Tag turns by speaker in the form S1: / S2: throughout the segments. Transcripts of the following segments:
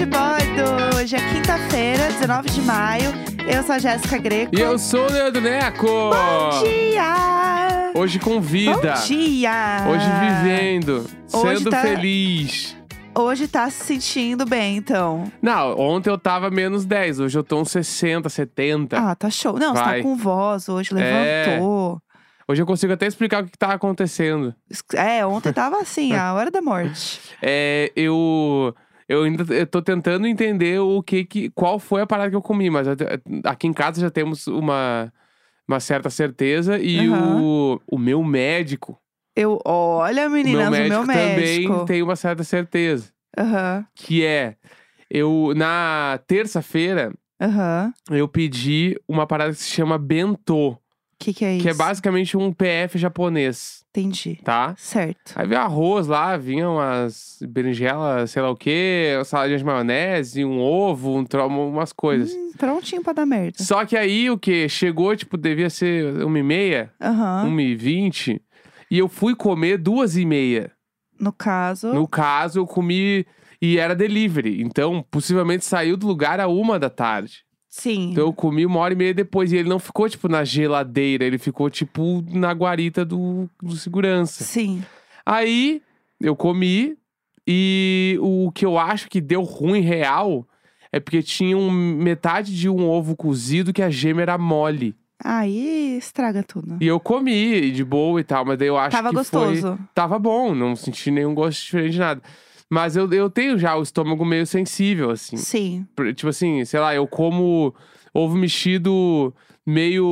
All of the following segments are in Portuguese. S1: um Hoje é quinta-feira, 19 de maio. Eu sou a Jéssica Greco.
S2: E eu sou o Leandro Neco!
S1: Bom dia!
S2: Hoje com vida.
S1: Bom dia!
S2: Hoje vivendo,
S1: Hoje
S2: sendo
S1: tá-
S2: feliz.
S1: Hoje tá se sentindo bem, então.
S2: Não, ontem eu tava menos 10, hoje eu tô uns 60, 70.
S1: Ah, tá show. Não, você tá
S2: Vai.
S1: com voz hoje,
S2: É.
S1: levantou.
S2: Hoje eu consigo até explicar o que tá acontecendo.
S1: É, ontem tava assim, a hora da morte.
S2: É, eu eu ainda eu tô tentando entender o que que qual foi a parada que eu comi, mas até- aqui em casa já temos uma uma certa certeza e
S1: Aham.
S2: o, o meu médico,
S1: Eu, olha,
S2: o meu
S1: meninas,
S2: médico
S1: o meu
S2: também
S1: médico.
S2: tem uma certa certeza,
S1: Aham,
S2: que é eu na terça-feira
S1: aham.
S2: eu pedi uma parada que se chama bentô,
S1: O que, que é isso?
S2: que é basicamente um PF japonês,
S1: Entendi.
S2: tá?
S1: Certo.
S2: Aí veio arroz lá, vinha umas berinjelas, sei lá o quê, uma saladinha de maionese, um ovo, um tro... umas coisas.
S1: Hum, prontinho pra dar merda.
S2: Só que aí o que? Chegou, tipo, devia ser uma e meia,
S1: Aham.
S2: uma e vinte. E eu fui comer duas e meia.
S1: No caso.
S2: No caso, eu comi e era delivery. Então, possivelmente saiu do lugar a uma da tarde.
S1: Sim.
S2: Então eu comi uma hora e meia depois. E ele não ficou, tipo, na geladeira, ele ficou, tipo, na guarita do, do segurança.
S1: Sim.
S2: Aí eu comi e o que eu acho que deu ruim real é porque tinha um- metade de um ovo cozido que a gema era mole.
S1: Aí estraga tudo.
S2: E eu comi de boa e tal, mas daí eu acho
S1: Tava
S2: que foi...
S1: gostoso.
S2: Tava bom, não senti nenhum gosto diferente de nada. Mas eu, eu tenho já o estômago meio sensível, assim.
S1: Sim.
S2: Pr- Tipo assim, sei lá, eu como ovo mexido meio...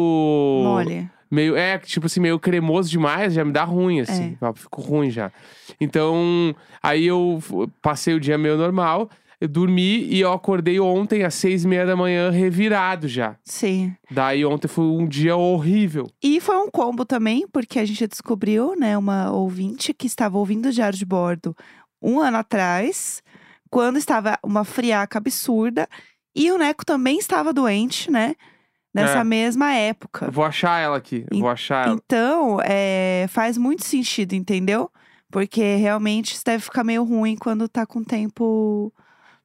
S1: Mole.
S2: Meio, é, tipo assim, meio cremoso demais, já me dá
S1: É.
S2: ruim, assim. Ah, Fico ruim já. Então, aí eu f- passei o dia meio normal, eu dormi e eu acordei ontem às seis e meia da manhã revirado já.
S1: Sim.
S2: Daí ontem foi um dia horrível.
S1: E foi um combo também, porque a gente descobriu, né, uma ouvinte que estava ouvindo o Diário de Bordo um ano atrás, quando estava uma friaca absurda. E o Neco também estava doente, né? Nessa
S2: É.
S1: mesma
S2: Eu
S1: época.
S2: Vou achar ela aqui, eu
S1: En-
S2: vou achar ela.
S1: Então, é, faz muito sentido, entendeu? Porque realmente isso deve ficar meio ruim quando tá com o tempo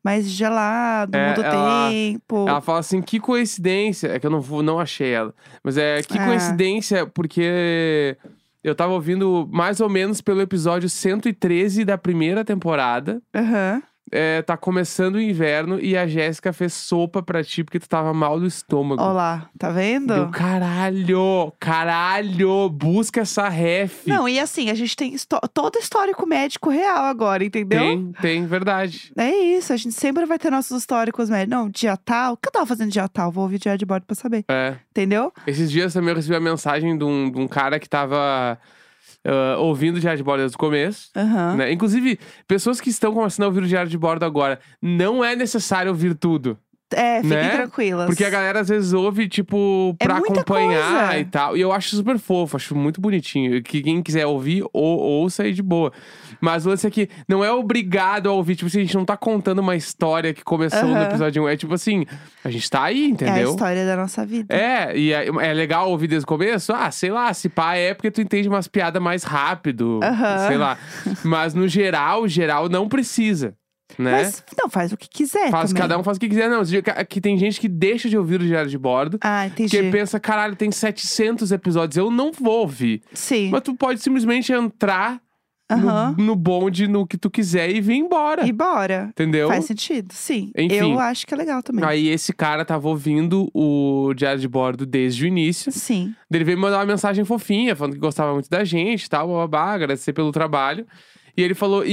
S1: mais gelado,
S2: É,
S1: muda o
S2: ela-
S1: tempo.
S2: Ela fala assim, que coincidência. É que eu não, vou, não achei ela. Mas é, que
S1: Ah.
S2: coincidência, porque eu tava ouvindo mais ou menos pelo episódio 113 da primeira temporada.
S1: Aham.
S2: É, tá começando o inverno e a Jéssica fez sopa pra ti porque tu tava mal do estômago.
S1: Ó lá, tá vendo?
S2: Deu caralho, caralho, busca essa ref.
S1: Não, e assim, a gente tem histó- todo histórico médico real agora, entendeu?
S2: tem, tem, verdade.
S1: É isso, a gente sempre vai ter nossos históricos médicos. Não, dia tal, o que eu tava fazendo dia tal? Vou ouvir o diário de bordo pra saber,
S2: É.
S1: entendeu?
S2: Esses dias também eu recebi a mensagem de um, de um cara que tava ah, ouvindo o Diário de Bordo desde o começo.
S1: Aham.
S2: né? Inclusive, pessoas que estão começando a ouvir o Diário de Bordo agora, não é necessário ouvir tudo.
S1: É, fiquem
S2: Né?
S1: tranquilas.
S2: Porque a galera às vezes ouve, tipo,
S1: É
S2: pra
S1: muita
S2: acompanhar
S1: coisa.
S2: e tal. E eu acho super fofo, acho muito bonitinho. Que quem quiser ouvir, ou, ouça aí de boa. Mas o lance é que não é obrigado a ouvir. Tipo assim, a gente não tá contando uma história que começou no
S1: Aham.
S2: episódio 1. É tipo assim, a gente tá aí,
S1: É a
S2: entendeu?
S1: história da nossa vida.
S2: É, e é, é legal ouvir desde o começo? Ah, sei lá, se pá é porque tu entende umas piadas mais rápido.
S1: Aham.
S2: Sei lá. Mas no geral, geral, não precisa. Né?
S1: Mas, não, faz o que quiser
S2: Faz,
S1: também.
S2: cada um faz o que quiser. Não, que tem gente que deixa de ouvir o diário de bordo.
S1: Ah,
S2: Porque
S1: entendi.
S2: pensa, caralho, tem 700 episódios, eu não vou ouvir.
S1: Sim.
S2: Mas tu pode simplesmente entrar
S1: Aham.
S2: no, no bonde, no que tu quiser e vir embora.
S1: E bora.
S2: Entendeu?
S1: Faz sentido, sim.
S2: é. Enfim.
S1: Eu acho que é legal também.
S2: Aí esse cara tava ouvindo o Diário de Bordo desde o início.
S1: Sim.
S2: Daí Ele veio me mandar uma mensagem fofinha, falando que gostava muito da gente e tal, bababá, agradecer pelo trabalho. E ele falou,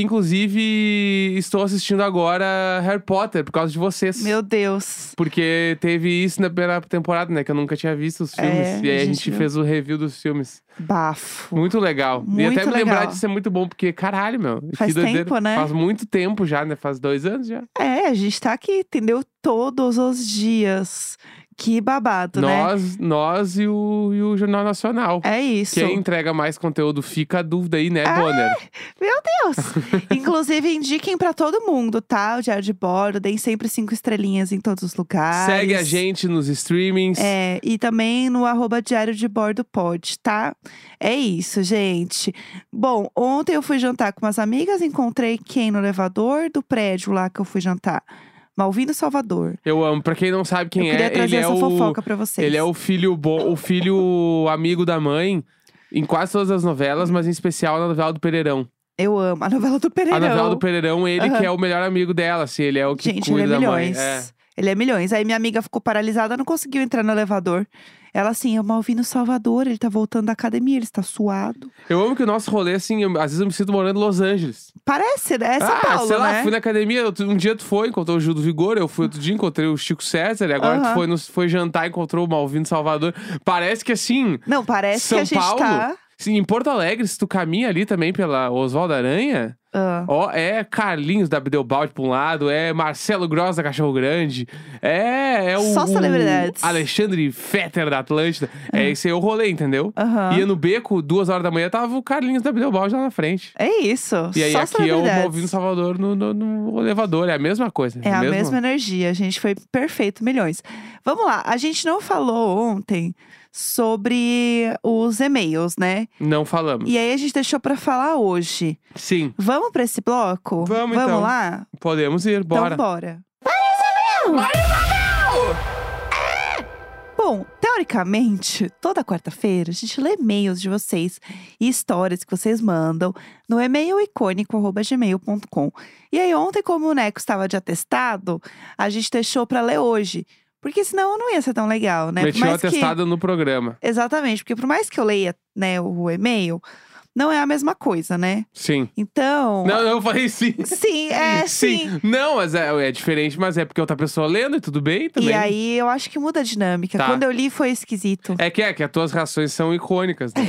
S2: inclusive, estou assistindo agora Harry Potter por causa de vocês.
S1: Meu Deus.
S2: Porque teve isso na primeira temporada, né? Que eu nunca tinha visto os
S1: É,
S2: filmes. e aí
S1: a
S2: a
S1: gente
S2: gente
S1: viu.
S2: fez o review dos filmes.
S1: Bafo.
S2: Muito legal. e
S1: Muito
S2: até me lembrar
S1: legal.
S2: disso é muito bom, porque caralho, meu.
S1: Faz
S2: que doideira.
S1: tempo, né?
S2: Faz muito tempo já, né? Faz dois anos já.
S1: É, a gente tá aqui, entendeu? Todos os dias. Que babado, né?
S2: nós nós e, o, e o Jornal Nacional.
S1: É isso. É,
S2: Quem entrega mais conteúdo fica a dúvida aí, né, Bonner?
S1: Deus. Inclusive, indiquem pra todo mundo, tá? O Diário de Bordo. Deem sempre cinco estrelinhas em todos os lugares.
S2: Segue a gente nos streamings.
S1: É, e também no arroba diário de bordo pod, tá? É isso, gente. Bom, ontem eu fui jantar com umas amigas, encontrei quem no elevador do prédio lá que eu fui jantar. Malvino Salvador.
S2: Eu amo. Pra quem não sabe quem
S1: eu queria
S2: é,
S1: trazer
S2: ele é
S1: essa
S2: o.
S1: fofoca pra vocês.
S2: Ele é o filho bom, o filho amigo da mãe em quase todas as novelas, mas em especial na novela do Pereirão.
S1: Eu amo. A novela do Pereirão.
S2: A novela do Pereirão, ele
S1: Aham.
S2: que é o melhor amigo dela, assim, ele é o que
S1: Gente,
S2: cuida
S1: ele é
S2: da
S1: milhões.
S2: mãe. É.
S1: Ele é milhões. Aí minha amiga ficou paralisada, não conseguiu entrar no elevador. Ela assim, eu Malvino Salvador, ele tá voltando da academia, ele está suado.
S2: Eu amo que o nosso rolê, assim, eu- às vezes eu me sinto morando em Los Angeles.
S1: Parece, né? É São
S2: ah,
S1: Paulo,
S2: sei lá,
S1: né?
S2: fui na academia, outro- um dia tu foi, encontrou o Gil do Vigor, eu fui outro dia, encontrei o Chico César, e agora tu
S1: Aham.
S2: foi, no- foi jantar, encontrou o Malvino Salvador. Parece que assim,
S1: Não, parece
S2: São
S1: que a gente
S2: Paulo?
S1: tá.
S2: sim, em Porto Alegre, se tu caminha ali também pela Oswaldo Aranha,
S1: Ah,
S2: Ó, é Carlinhos da Bideobaldi pra um lado, é Marcelo Gross da Cachorro Grande, é, é o.
S1: Só celebridades.
S2: o Alexandre Fetter da Atlântida. É esse aí o rolê, entendeu?
S1: Aham.
S2: Ia no beco, duas horas da manhã, tava o Carlinhos da Bideobaldi lá na frente.
S1: É isso.
S2: E aí
S1: Só
S2: aqui é o
S1: celebridades.
S2: Malvino Salvador no, no, no elevador, é a mesma coisa.
S1: É a
S2: mesmo-
S1: mesma energia, a gente foi perfeito, milhões. Vamos lá, a gente não falou ontem sobre os e-mails, né?
S2: Não falamos.
S1: E aí a gente deixou pra falar hoje.
S2: Sim,
S1: Vamos pra esse bloco?
S2: Vamos, então.
S1: lá?
S2: podemos ir, bora.
S1: Então bora. É! Bom, teoricamente, toda quarta-feira a gente lê e-mails de vocês e histórias que vocês mandam no e-mail icônico.gmail.com. E aí, ontem, como o Neco estava de atestado, a gente deixou pra ler hoje. Porque senão não ia ser tão legal, né? Por
S2: Meti o
S1: mais que-
S2: atestado no programa.
S1: Exatamente, porque por mais que eu leia né, o e-mail, não é a mesma coisa, né?
S2: Sim.
S1: Então.
S2: Não, não, eu falei sim.
S1: Sim, é sim.
S2: Não, mas é, é diferente, mas é porque outra pessoa lendo e tudo bem também.
S1: E aí, eu acho que muda a dinâmica.
S2: Tá.
S1: Quando eu li, foi esquisito.
S2: É que é, que as tuas reações são icônicas. Né?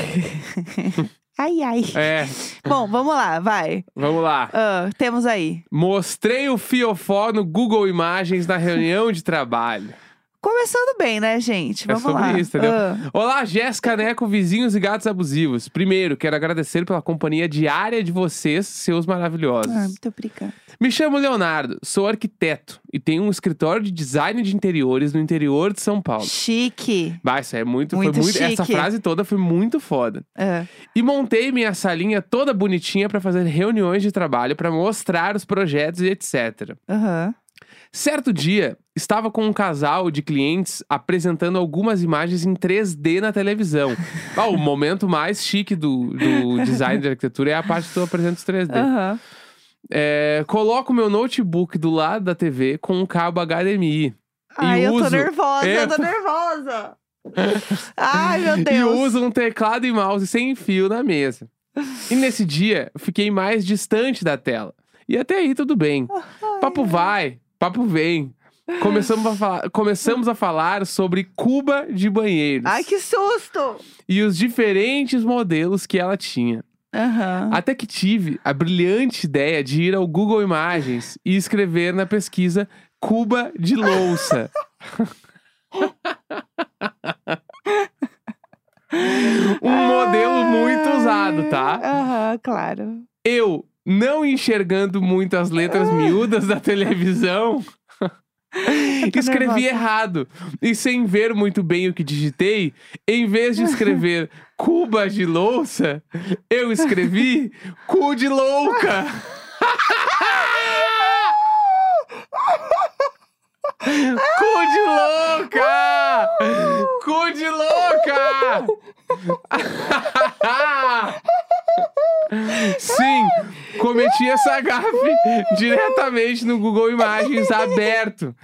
S1: Ai, ai.
S2: é,
S1: Bom, vamos lá, vai.
S2: vamos lá.
S1: Ah, temos aí.
S2: Mostrei o fiofó no Google Imagens na reunião de trabalho.
S1: Começando bem, né, gente?
S2: É
S1: Vamos
S2: sobre
S1: lá.
S2: isso, entendeu?
S1: Ah,
S2: Olá, Jéssica Neco, vizinhos e gatos abusivos. Primeiro, quero agradecer pela companhia diária de vocês, seus maravilhosos.
S1: ah, muito obrigada.
S2: Me chamo Leonardo, sou arquiteto e tenho um escritório de design de interiores no interior de São Paulo.
S1: Chique.
S2: Bah, isso é muito,
S1: Muito
S2: foi muito essa
S1: chique.
S2: frase toda foi muito foda.
S1: Ah,
S2: E montei minha salinha toda bonitinha pra fazer reuniões de trabalho, pra mostrar os projetos e etc.
S1: Aham.
S2: Certo dia, estava com um casal de clientes apresentando algumas imagens em 3D na televisão. Ah, o momento mais chique do, do design de arquitetura é a parte que eu apresento os 3D.
S1: Aham.
S2: É, coloco meu notebook do lado da TV com um cabo HDMI.
S1: Ai, eu tô
S2: uso-
S1: nervosa,
S2: é.
S1: eu tô nervosa. Ai, meu
S2: E
S1: Deus.
S2: uso um teclado e mouse sem fio na mesa. E nesse dia, fiquei mais distante da tela. E até aí tudo bem. Papo vai, papo vem. Começamos a, falar, começamos a falar sobre Cuba de banheiros
S1: Ai, que susto.
S2: e os diferentes modelos que ela tinha.
S1: Aham.
S2: Até que tive a brilhante ideia de ir ao Google Imagens e escrever na pesquisa Cuba de louça. um modelo muito usado,
S1: É.
S2: tá?
S1: Aham, claro.
S2: eu não enxergando muito as letras miúdas da televisão.
S1: tô
S2: Escrevi
S1: nervosa.
S2: errado e sem ver muito bem o que digitei, em vez de escrever Cuba de louça, eu escrevi cu de louca. cu de louca! cu de louca! Sim, cometi essa gafe diretamente no Google Imagens aberto.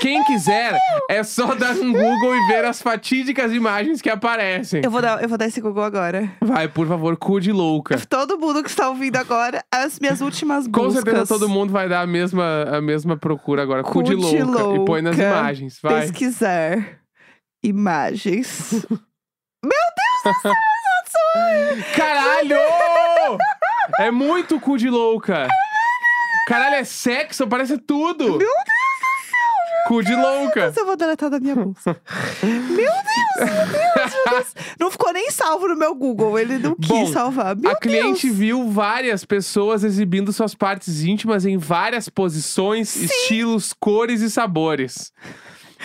S2: Quem quiser, é só dar um Google e ver as fatídicas imagens que aparecem.
S1: Eu vou, dar, eu vou dar esse Google agora.
S2: Vai, por favor, cu de louca.
S1: Todo mundo que está ouvindo agora, as minhas últimas
S2: Com
S1: buscas.
S2: certeza todo mundo vai dar a mesma, a mesma procura agora. Cu, de, louca. E põe nas
S1: louca.
S2: imagens, vai.
S1: Pesquisar imagens.
S2: Caralho! é muito cu de louca. Caralho, é sexo, parece tudo. Meu Deus do céu, Cu de louca.
S1: Nossa, eu vou deletar da minha bolsa. meu Deus, meu Deus, meu Deus. Não ficou nem salvo no meu Google. Ele não quis
S2: Bom,
S1: salvar. Meu
S2: a
S1: Deus.
S2: cliente viu várias pessoas exibindo suas partes íntimas em várias posições, estilos, cores e sabores.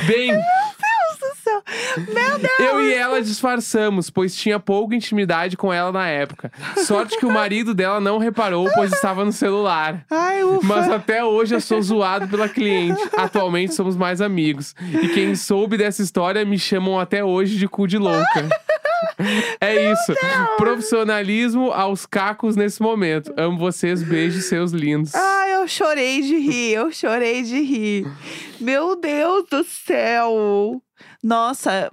S2: Bem,
S1: Meu Deus do céu. Meu Deus!
S2: Eu e ela disfarçamos, pois tinha pouca intimidade com ela na época. Sorte que o marido dela não reparou, pois estava no celular.
S1: Ai, ufa.
S2: Mas até hoje eu sou zoado pela cliente. Atualmente somos mais amigos. E quem soube dessa história me chamam até hoje de cu de louca. É isso. Profissionalismo aos cacos nesse momento. Amo vocês, beijos, seus lindos.
S1: Ai, eu chorei de rir, eu chorei de rir. Meu Deus do céu! Nossa,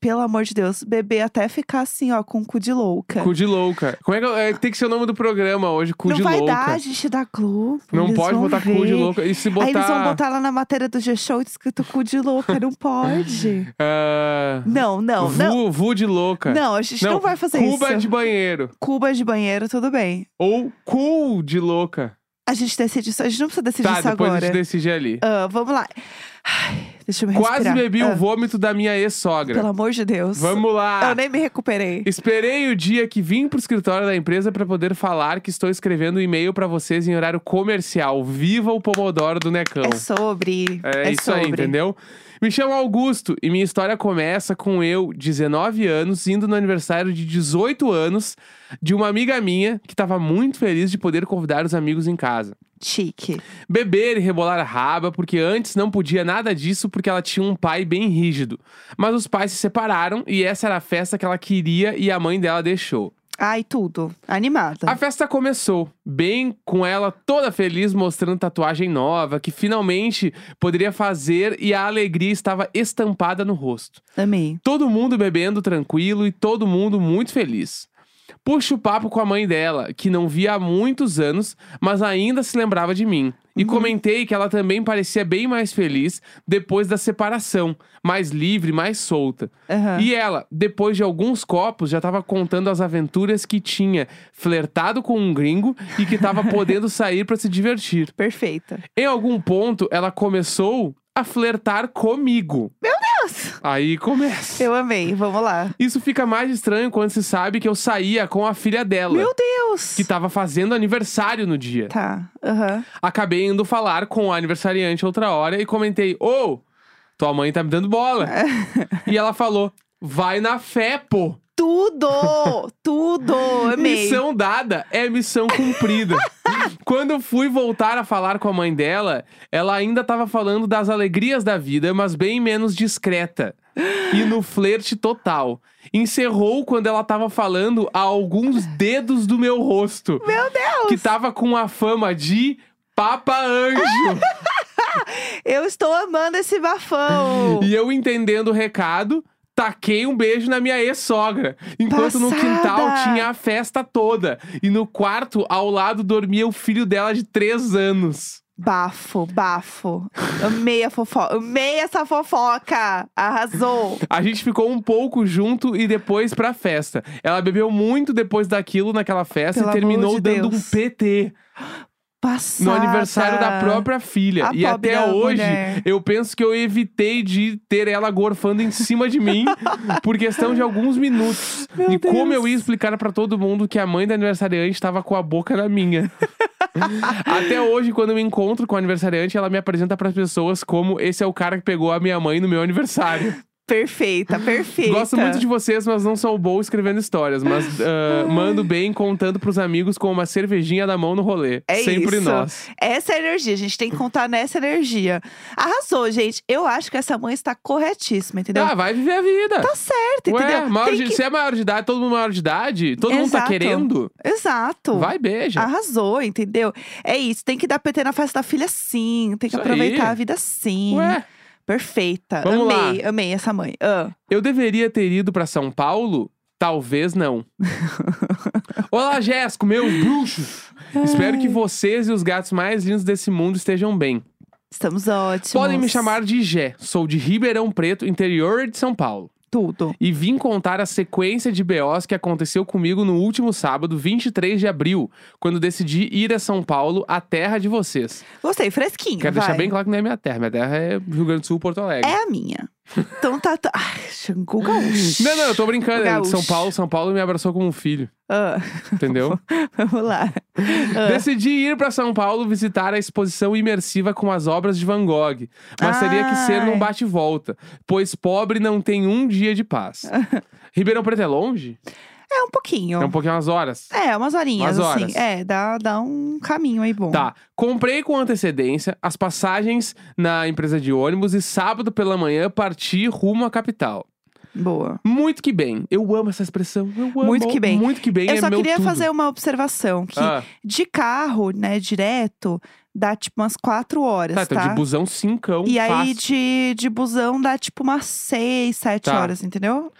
S1: pelo amor de Deus, bebê até ficar assim, ó, com o cu de louca.
S2: Cu de louca. Como é que eu- é, tem que ser o nome do programa hoje? Cu
S1: Não
S2: de
S1: vai
S2: louca.
S1: dar, gente, da Globo.
S2: Não
S1: eles
S2: pode
S1: vão
S2: botar
S1: ver.
S2: cu de louca. E se botar.
S1: Aí eles vão botar lá na matéria do G-Show escrito cu de louca, não pode.
S2: ah,
S1: Não, não, não.
S2: Vu, vu de louca.
S1: Não, a gente não,
S2: Não,
S1: vai fazer
S2: Cuba
S1: isso.
S2: de banheiro.
S1: Cuba de banheiro, tudo bem.
S2: Ou cu de louca.
S1: A gente decide isso. A gente não precisa decidir
S2: tá,
S1: isso
S2: depois
S1: agora.
S2: a gente decide ali.
S1: Ah, vamos lá. Ai, deixa eu me
S2: Quase
S1: respirar.
S2: bebi
S1: Ah,
S2: o vômito da minha
S1: Pelo
S2: ex-sogra.
S1: amor de Deus.
S2: Vamos lá.
S1: Eu nem me recuperei.
S2: Esperei o dia que vim pro escritório da empresa para poder falar que estou escrevendo um e-mail para vocês em horário comercial. Viva o Pomodoro do Necão.
S1: É sobre.
S2: É, isso aí,
S1: sobre.
S2: entendeu? Me chamo Augusto e minha história começa com eu, 19 anos, indo no aniversário de 18 anos de uma amiga minha que estava muito feliz de poder convidar os amigos em casa.
S1: Chique.
S2: Beber e rebolar a raba, porque antes não podia nada disso porque ela tinha um pai bem rígido. Mas os pais se separaram e essa era a festa que ela queria e a mãe dela deixou.
S1: Ai, tudo. Animada.
S2: A festa começou, bem com ela toda feliz, mostrando tatuagem nova, que finalmente poderia fazer e a alegria estava estampada no rosto.
S1: Amei.
S2: Todo mundo bebendo tranquilo e todo mundo muito feliz. Puxa o papo com a mãe dela, que não via há muitos anos, mas ainda se lembrava de mim. E comentei que ela também parecia bem mais feliz depois da separação, mais livre, mais solta.
S1: Aham.
S2: E ela, depois de alguns copos, já estava contando as aventuras que tinha flertado com um gringo e que estava podendo sair para se divertir.
S1: Perfeita.
S2: Em algum ponto, ela começou a flertar comigo.
S1: Nossa,
S2: Aí começa.
S1: Eu amei. Vamos lá.
S2: Isso fica mais estranho quando se sabe que eu saía com a filha dela,
S1: Meu Deus.
S2: que tá- estava fazendo aniversário no dia.
S1: Tá. Aham.
S2: Acabei indo falar com a aniversariante outra hora e comentei: Ô, tua mãe tá me dando bola.
S1: É.
S2: e ela falou: vai na fé, pô.
S1: Tudo! Tudo! Amei.
S2: Missão dada é missão cumprida. Quando fui voltar a falar com a mãe dela, ela ainda estava falando das alegrias da vida, mas bem menos discreta. E no flerte total. Encerrou quando ela estava falando a alguns dedos do meu rosto.
S1: Meu Deus!
S2: Que tava com a fama de Papa Anjo.
S1: Eu estou amando esse bafão!
S2: E eu entendendo o recado, taquei um beijo na minha ex-sogra. Enquanto no
S1: Passada!
S2: quintal tinha a festa toda. E no quarto, ao lado, dormia o filho dela de três anos.
S1: Bafo, bafo. Amei a fofoca. Amei essa fofoca. Arrasou.
S2: A gente ficou um pouco junto e depois pra festa. Ela bebeu muito depois daquilo naquela festa
S1: Pelo
S2: e
S1: amor
S2: terminou
S1: de
S2: dando
S1: Deus.
S2: um PT
S1: Passada.
S2: no aniversário da própria filha.
S1: A
S2: e
S1: pobre
S2: até
S1: da
S2: hoje,
S1: mulher.
S2: eu penso que eu evitei de ter ela gorfando em cima de mim por questão de alguns minutos.
S1: Meu
S2: e como
S1: Deus.
S2: eu ia explicar pra todo mundo que a mãe da aniversariante estava com a boca na minha. Até hoje, quando eu me encontro com a aniversariante, ela me apresenta pras pessoas como esse é o cara que pegou a minha mãe no meu aniversário.
S1: Perfeita, perfeita.
S2: Gosto muito de vocês, mas não sou bom escrevendo histórias. Mas ah, mando bem contando pros amigos com uma cervejinha na mão no rolê.
S1: É
S2: Sempre
S1: isso.
S2: nós.
S1: Essa é a energia, a gente tem que contar nessa energia. Arrasou, gente. Eu acho que essa mãe está corretíssima, entendeu?
S2: Ah, vai viver a vida.
S1: Então Tá certo,
S2: Ué,
S1: entendeu?
S2: maior
S1: Tem
S2: de-
S1: que-
S2: se é maior de idade, todo mundo maior de idade, todo mundo tá
S1: Exato. Ah,
S2: querendo,
S1: Exato.
S2: vai beija.
S1: Arrasou, entendeu? É isso, tem que dar PT na festa da filha sim, tem que
S2: Isso
S1: aproveitar
S2: aí.
S1: a vida sim.
S2: Ué,
S1: Perfeita.
S2: Vamos lá.
S1: amei, amei essa mãe. Ah,
S2: eu deveria ter ido pra São Paulo? Talvez não. Olá, Jéssico, meus bruxos! Espero que vocês e os gatos mais lindos desse mundo estejam bem.
S1: estamos ótimos.
S2: Podem me chamar de Gé. Sou de Ribeirão Preto, interior de São Paulo.
S1: tudo.
S2: E vim contar a sequência de BOs que aconteceu comigo no último sábado, 23 de abril, quando decidi ir a São Paulo, a terra de vocês.
S1: Gostei, fresquinho.
S2: Quero deixar
S1: vai.
S2: bem claro que não é minha terra. Minha terra é Rio Grande do Sul, Porto Alegre.
S1: É a minha. Então tá. tá... Ai, Xangu Gaúcho.
S2: Não, não, eu tô brincando. é de São
S1: Gaúcho.
S2: Paulo, São Paulo me abraçou como um filho,
S1: Ah,
S2: entendeu?
S1: vamos lá. Ah.
S2: Decidi ir pra São Paulo visitar a exposição imersiva com as obras de Van Gogh, mas teria que ser num
S1: Ai.
S2: bate e volta, pois pobre não tem um dia de paz. Ribeirão Preto é longe?
S1: É um pouquinho.
S2: É um pouquinho umas horas.
S1: É, umas horinhas,
S2: Umas horas.
S1: assim. É, dá, dá um caminho aí bom.
S2: Tá, comprei com antecedência as passagens na empresa de ônibus e sábado pela manhã parti rumo à capital.
S1: Boa.
S2: Muito que bem. Eu amo essa expressão. Eu amo.
S1: Muito que bem.
S2: Muito que bem
S1: Eu
S2: é
S1: só
S2: meu
S1: queria
S2: tudo.
S1: fazer uma observação: que
S2: Ah,
S1: de carro, né, direto, dá tipo umas quatro horas.
S2: tá,
S1: Tá,
S2: então de busão cincão.
S1: E aí
S2: fácil.
S1: de, de busão dá tipo umas seis, sete
S2: Tá.
S1: horas, entendeu?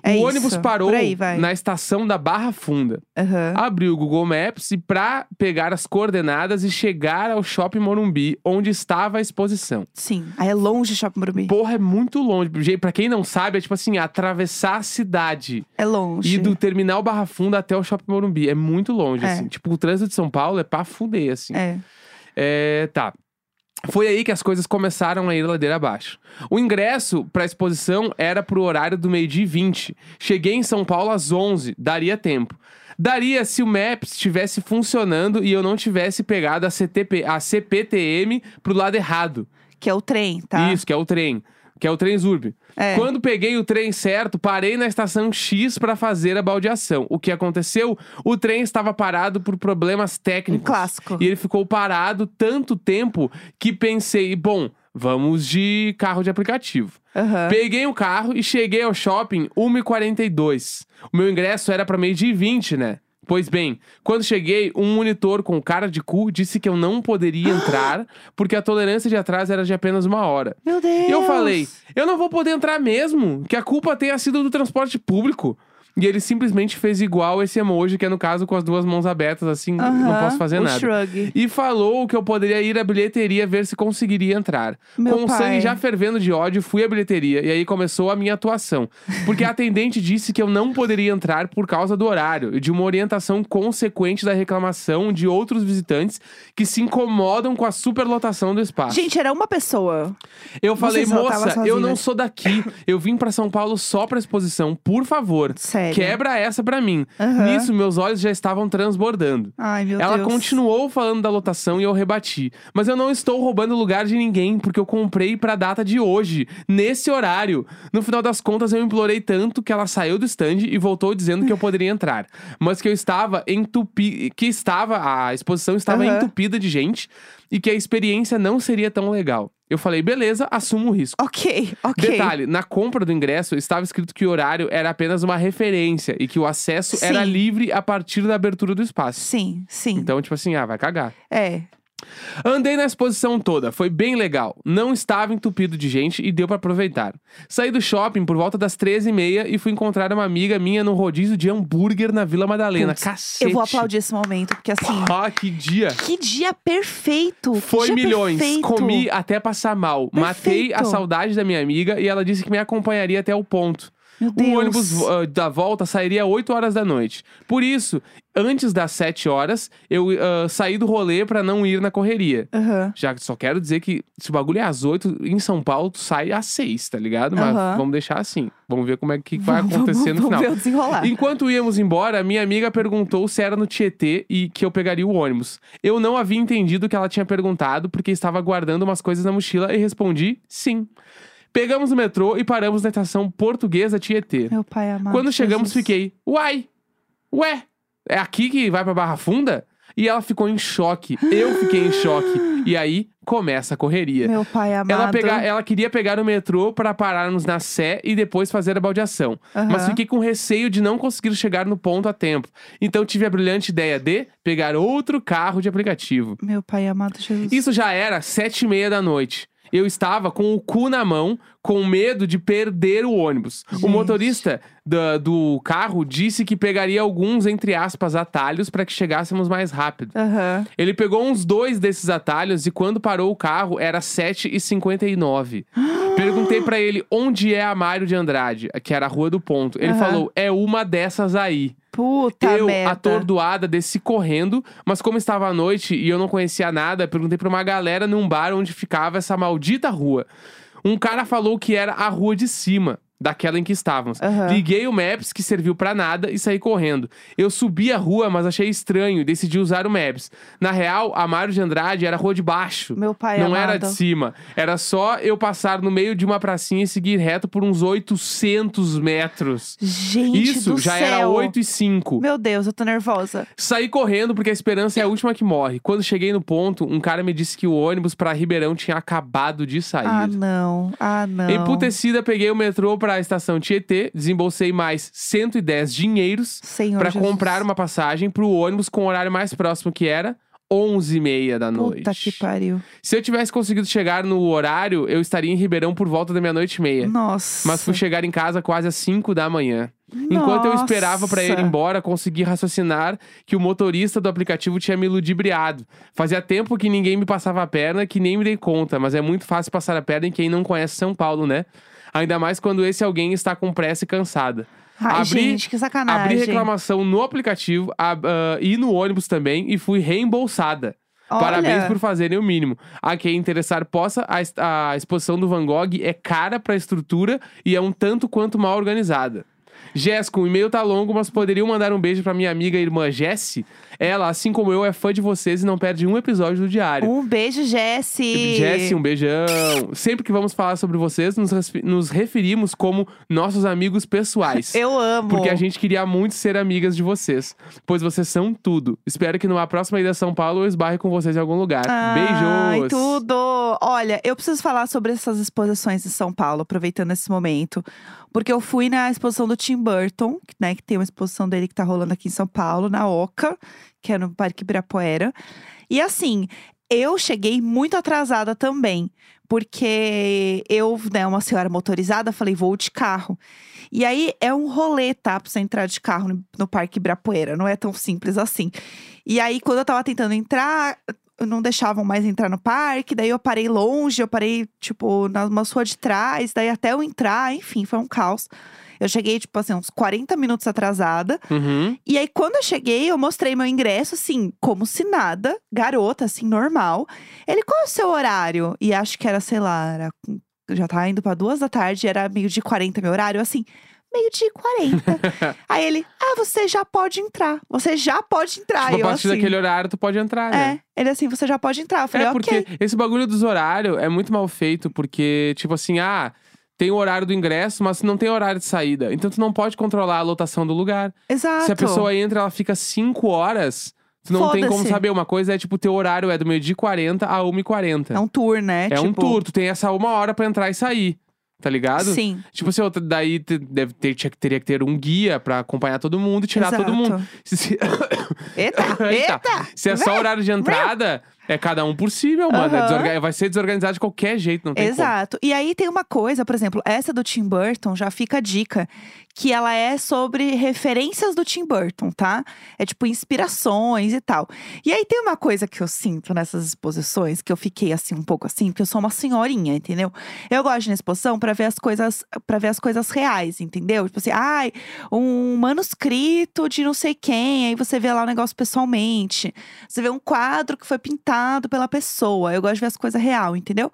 S2: o
S1: É isso.
S2: ônibus parou
S1: Por aí, vai.
S2: na estação da Barra Funda.
S1: Aham.
S2: Abriu o Google Maps e pra pegar as coordenadas e chegar ao Shopping Morumbi, onde estava a exposição.
S1: Sim. Aí é longe Shopping Morumbi.
S2: Porra, é muito longe. Gente, Pra quem não sabe, é tipo assim, atravessar a cidade.
S1: É
S2: E
S1: longe.
S2: do terminal Barra Funda até o Shopping Morumbi. É muito longe,
S1: É.
S2: assim. Tipo, o trânsito de São Paulo é pra fuder, assim.
S1: É.
S2: É, tá. Foi aí que as coisas começaram a ir ladeira abaixo. O ingresso para a exposição era pro horário do meio-dia e 20. Cheguei em São Paulo às 11, daria tempo. Daria se o Maps estivesse funcionando e eu não tivesse pegado a, CTP, a CPTM pro lado errado.
S1: Que é o trem, tá?
S2: Isso, que é o trem. Que é o trem Zurb.
S1: É.
S2: Quando peguei o trem certo, parei na estação X para fazer a baldeação. O que aconteceu? O trem estava parado por problemas técnicos.
S1: Um clássico.
S2: E ele ficou parado tanto tempo que pensei, bom, vamos de carro de aplicativo.
S1: Aham.
S2: Peguei o carro e cheguei ao shopping 1h42. O meu ingresso era para meio dia e 20, né? Pois bem, quando cheguei, um monitor com cara de cu disse que eu não poderia entrar porque a tolerância de atraso era de apenas uma hora.
S1: Meu Deus.
S2: E eu falei, eu não vou poder entrar mesmo, que a culpa tenha sido do transporte público. E ele simplesmente fez igual esse emoji, que é no caso com as duas mãos abertas, assim, não
S1: Aham,
S2: posso
S1: o
S2: fazer nada.
S1: Shrug.
S2: E falou que eu poderia ir à bilheteria ver se conseguiria entrar.
S1: Meu
S2: Com o
S1: pai.
S2: sangue já fervendo de ódio, fui à bilheteria e aí começou a minha atuação. Porque a atendente disse que eu não poderia entrar por causa do horário e de uma orientação consequente da reclamação de outros visitantes que se incomodam com a superlotação do espaço.
S1: Gente, era uma pessoa.
S2: Eu
S1: sei
S2: falei,
S1: se ela tava
S2: moça,
S1: sozinha."
S2: eu não sou daqui. Eu vim pra São Paulo só pra exposição. Por favor,
S1: Sério.
S2: quebra essa pra mim.
S1: Aham.
S2: Nisso, meus olhos já estavam transbordando.
S1: Ai, meu
S2: Ela
S1: Deus.
S2: continuou falando da lotação e eu rebati. Mas eu não estou roubando lugar de ninguém, porque eu comprei pra data de hoje, nesse horário. No final das contas, eu implorei tanto que ela saiu do stand e voltou dizendo que eu poderia entrar. Mas que eu estava entupi... que estava, a exposição estava
S1: Aham.
S2: entupida de gente e que a experiência não seria tão legal. Eu falei, beleza, assumo o risco.
S1: Ok, ok.
S2: Detalhe, na compra do ingresso estava escrito que o horário era apenas uma referência e que o acesso era
S1: Sim.
S2: livre a partir da abertura do espaço.
S1: Sim, sim.
S2: Então, tipo assim, ah, vai cagar.
S1: É.
S2: Andei na exposição toda, foi bem legal. Não estava entupido de gente e deu pra aproveitar. Saí do shopping por volta das 13h30 e fui encontrar uma amiga minha num rodízio de hambúrguer na Vila Madalena.
S1: Putz,
S2: Cacete.
S1: Eu vou aplaudir esse momento, porque assim.
S2: Ah, que dia.
S1: Que dia perfeito! que
S2: Foi
S1: dia
S2: milhões.
S1: é perfeito.
S2: Comi até passar mal. Matei a
S1: Perfeito.
S2: saudade da minha amiga e ela disse que me acompanharia até o ponto.
S1: Meu Deus.
S2: O ônibus ah, da volta sairia 8 horas da noite. Por isso, antes das 7 horas, eu ah, saí do rolê pra não ir na correria.
S1: Aham.
S2: Já que só quero dizer que se o bagulho é às 8, em São Paulo, tu sai às 6, tá ligado? Mas
S1: Aham.
S2: vamos deixar assim. Vamos ver como é que vai
S1: Vamos-
S2: acontecer no
S1: vamos-
S2: final.
S1: Vamos ver o desenrolar.
S2: Enquanto íamos embora, minha amiga perguntou se era no Tietê e que eu pegaria o ônibus. Eu não havia entendido o que ela tinha perguntado, porque estava guardando umas coisas na mochila e respondi sim. Pegamos o metrô e paramos na estação portuguesa Tietê.
S1: Meu pai amado.
S2: Quando chegamos,
S1: Jesus.
S2: fiquei, uai, ué, é aqui que vai pra Barra Funda? E ela ficou em choque. Eu fiquei em choque. E aí começa a correria.
S1: Meu pai amado.
S2: Ela, pega- ela queria pegar o metrô para pararmos na Sé e depois fazer a baldeação.
S1: Aham.
S2: Mas fiquei com receio de não conseguir chegar no ponto a tempo. Então tive a brilhante ideia de pegar outro carro de aplicativo.
S1: Meu pai amado Jesus.
S2: Isso já era sete e meia da noite. Eu estava com o cu na mão, com medo de perder o ônibus. O
S1: Gente.
S2: motorista da- do carro disse que pegaria alguns, entre aspas, atalhos para que chegássemos mais rápido.
S1: Aham.
S2: Ele pegou uns dois desses atalhos e quando parou o carro era 7h59. Perguntei pra ele onde é a Mário de Andrade, que era a Rua do Ponto. Ele
S1: Aham.
S2: falou: é uma dessas aí.
S1: Puta
S2: eu,
S1: merda.
S2: atordoada, desci correndo, mas como estava à noite e eu não conhecia nada, perguntei pra uma galera num bar onde ficava essa maldita rua. Um cara falou que era a rua de cima, daquela em que estávamos.
S1: Aham.
S2: Liguei o Maps, que serviu pra nada, e saí correndo. Eu subi a rua, mas achei estranho e decidi usar o Maps. Na real, a Mário de Andrade era a rua de baixo.
S1: Meu pai
S2: Não
S1: amado.
S2: era de cima. Era só eu passar no meio de uma pracinha e seguir reto por uns 800 metros.
S1: Gente
S2: Isso
S1: do
S2: já
S1: céu.
S2: era 8 e 5.
S1: Meu Deus, eu tô nervosa.
S2: Saí correndo porque a esperança é a última que morre. Quando cheguei no ponto, um cara me disse que o ônibus pra Ribeirão tinha acabado de sair.
S1: Ah, não. Ah, não.
S2: Emputecida, peguei o metrô pra estação Tietê, desembolsei mais 110 dinheiros
S1: Senhor
S2: pra
S1: Jesus.
S2: comprar uma passagem pro ônibus com o horário mais próximo que era 11h30 da noite.
S1: Puta que pariu.
S2: Se eu tivesse conseguido chegar no horário, eu estaria em Ribeirão por volta da meia-noite e meia.
S1: Nossa.
S2: É. Mas fui chegar em casa quase às 5 da manhã. Enquanto eu esperava pra ele ir
S1: Nossa.
S2: embora, consegui raciocinar que o motorista do aplicativo tinha me ludibriado. Fazia tempo que ninguém me passava a perna, que nem me dei conta, mas é muito fácil passar a perna em quem não conhece São Paulo, né? Ainda mais quando esse alguém está com pressa e cansada.
S1: Ai,
S2: Abri-
S1: gente, que sacanagem.
S2: Abri reclamação no aplicativo ab- ah, e no ônibus também e fui reembolsada.
S1: Olha,
S2: Parabéns por fazerem o mínimo. A quem interessar possa, a, est- a exposição do Van Gogh é cara pra estrutura e é um tanto quanto mal organizada. Jéssica, o e-mail tá longo, mas poderiam mandar um beijo pra minha amiga e irmã Jessie? Ela, assim como eu, é fã de vocês e não perde um episódio do diário.
S1: Um beijo, Jesse.
S2: Jessie, um beijão. Sempre que vamos falar sobre vocês, nos, resfi- nos referimos como nossos amigos pessoais.
S1: Eu amo.
S2: Porque a gente queria muito ser amigas de vocês. Pois vocês são tudo. Espero que numa próxima ida a São Paulo eu esbarre com vocês em algum lugar.
S1: Ai,
S2: Beijos!
S1: tudo! Olha, eu preciso falar sobre essas exposições em São Paulo, aproveitando esse momento. Porque eu fui na exposição do Tim Burton, que, né, que tem uma exposição dele que tá rolando aqui em São Paulo, na Oca, que é no Parque Ibirapuera. E assim, eu cheguei muito atrasada também. Porque eu, né, uma senhora motorizada, falei, vou de carro. E aí é um rolê, tá? Pra você entrar de carro no, no Parque Ibirapuera. Não é tão simples assim. E aí, quando eu tava tentando entrar, não deixavam mais entrar no parque, daí eu parei longe, eu parei, tipo, numa rua de trás, daí até eu entrar, enfim, foi um caos. Eu cheguei, tipo assim, uns 40 minutos atrasada.
S2: Uhum.
S1: E aí, quando eu cheguei, eu mostrei meu ingresso, assim, como se nada, garota, assim, normal. Ele, qual é o seu horário? E acho que era, sei lá, era, com- já tava indo pra duas da tarde, era meio de 40 meu horário, assim, meio de 40. aí ele, ah, você já pode entrar, você já pode entrar.
S2: Tipo,
S1: E
S2: a
S1: eu,
S2: partir
S1: assim,
S2: daquele horário, tu pode entrar, né?
S1: é, ele assim, você já pode entrar. Eu falei,
S2: É, porque
S1: ok.
S2: esse bagulho dos horários é muito mal feito, porque, tipo assim, ah, tem o horário do ingresso, mas não tem horário de saída. Então tu não pode controlar a lotação do lugar.
S1: Exato.
S2: Se a pessoa entra, ela fica 5 horas, tu não tem como
S1: Foda-se.
S2: saber. Uma coisa é, tipo, teu horário é do meio-dia e 40 a 1h40.
S1: É um tour, né?
S2: É um
S1: Tipo,
S2: tour, tu tem essa uma hora pra entrar e sair, tá ligado?
S1: Sim.
S2: Tipo assim, outra- daí te- deve ter, tinha que- teria que ter um guia pra acompanhar todo mundo e tirar
S1: exato.
S2: todo mundo. Se, se-
S1: Eita,
S2: Eita.
S1: eita!
S2: se é só horário de entrada, é cada um por si, meu mano. É
S1: Aham.
S2: desorga- vai ser desorganizado de qualquer jeito, não tem
S1: Exato. E aí tem uma coisa, por exemplo, essa do Tim Burton, já fica a dica, que ela é sobre referências do Tim Burton, tá? É tipo inspirações e tal. E aí tem uma coisa que eu sinto nessas exposições, que eu fiquei assim um pouco assim, porque eu sou uma senhorinha, entendeu? Eu gosto de ir na exposição pra ver as coisas, para ver as coisas reais, entendeu? Tipo assim, ai, um manuscrito de não sei quem, aí você vê lá o negócio pessoalmente. Você vê um quadro que foi pintado pela pessoa. Eu gosto de ver as coisas real, entendeu?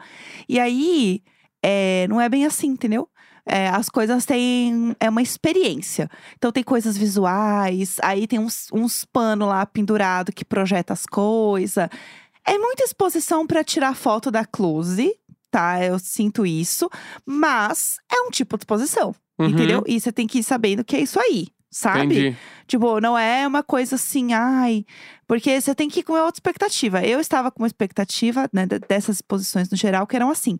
S1: E aí, é, não é bem assim, entendeu? É, as coisas têm. É uma experiência. Então, tem coisas visuais, aí tem uns, uns pano lá pendurado que projeta as coisas. É muita exposição pra tirar foto da close, tá? Eu sinto isso. Mas é um tipo de exposição,
S2: como. Uhum,
S1: entendeu? E você tem que ir sabendo que é isso aí, sabe?
S2: Entendi.
S1: Tipo, não é uma coisa assim, ai. Porque você tem que ir com outra expectativa. Eu estava com uma expectativa, né, de- dessas exposições no geral, que eram assim.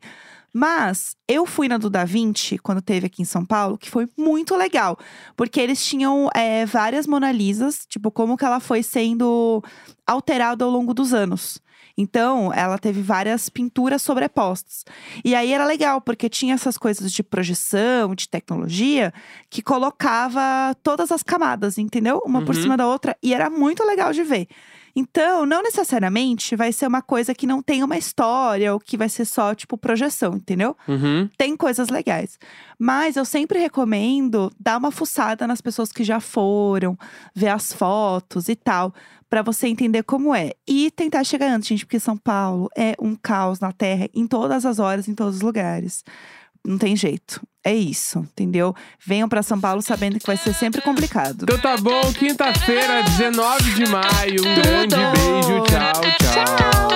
S1: Mas eu fui na do Da Vinci, quando teve aqui em São Paulo, que foi muito legal. Porque eles tinham é, várias Mona Lisas, tipo, como que ela foi sendo alterada ao longo dos anos. Então, ela teve várias pinturas sobrepostas. E aí era legal, porque tinha essas coisas de projeção, de tecnologia, que colocava todas as camadas, entendeu? Uma por
S2: Uhum.
S1: cima da outra. E era muito legal de ver. Então, não necessariamente vai ser uma coisa que não tem uma história ou que vai ser só, tipo, projeção, entendeu?
S2: Uhum.
S1: Tem coisas legais. Mas eu sempre recomendo dar uma fuçada nas pessoas que já foram, ver as fotos e tal, Pra Pra você entender como é. E tentar chegar antes, gente, porque São Paulo é um caos na Terra, em todas as horas, em todos os lugares. Não tem jeito. É isso, entendeu? Venham pra São Paulo sabendo que vai ser sempre complicado.
S2: Então tá bom, quinta-feira, 19 de maio. Um grande beijo. Tchau, tchau.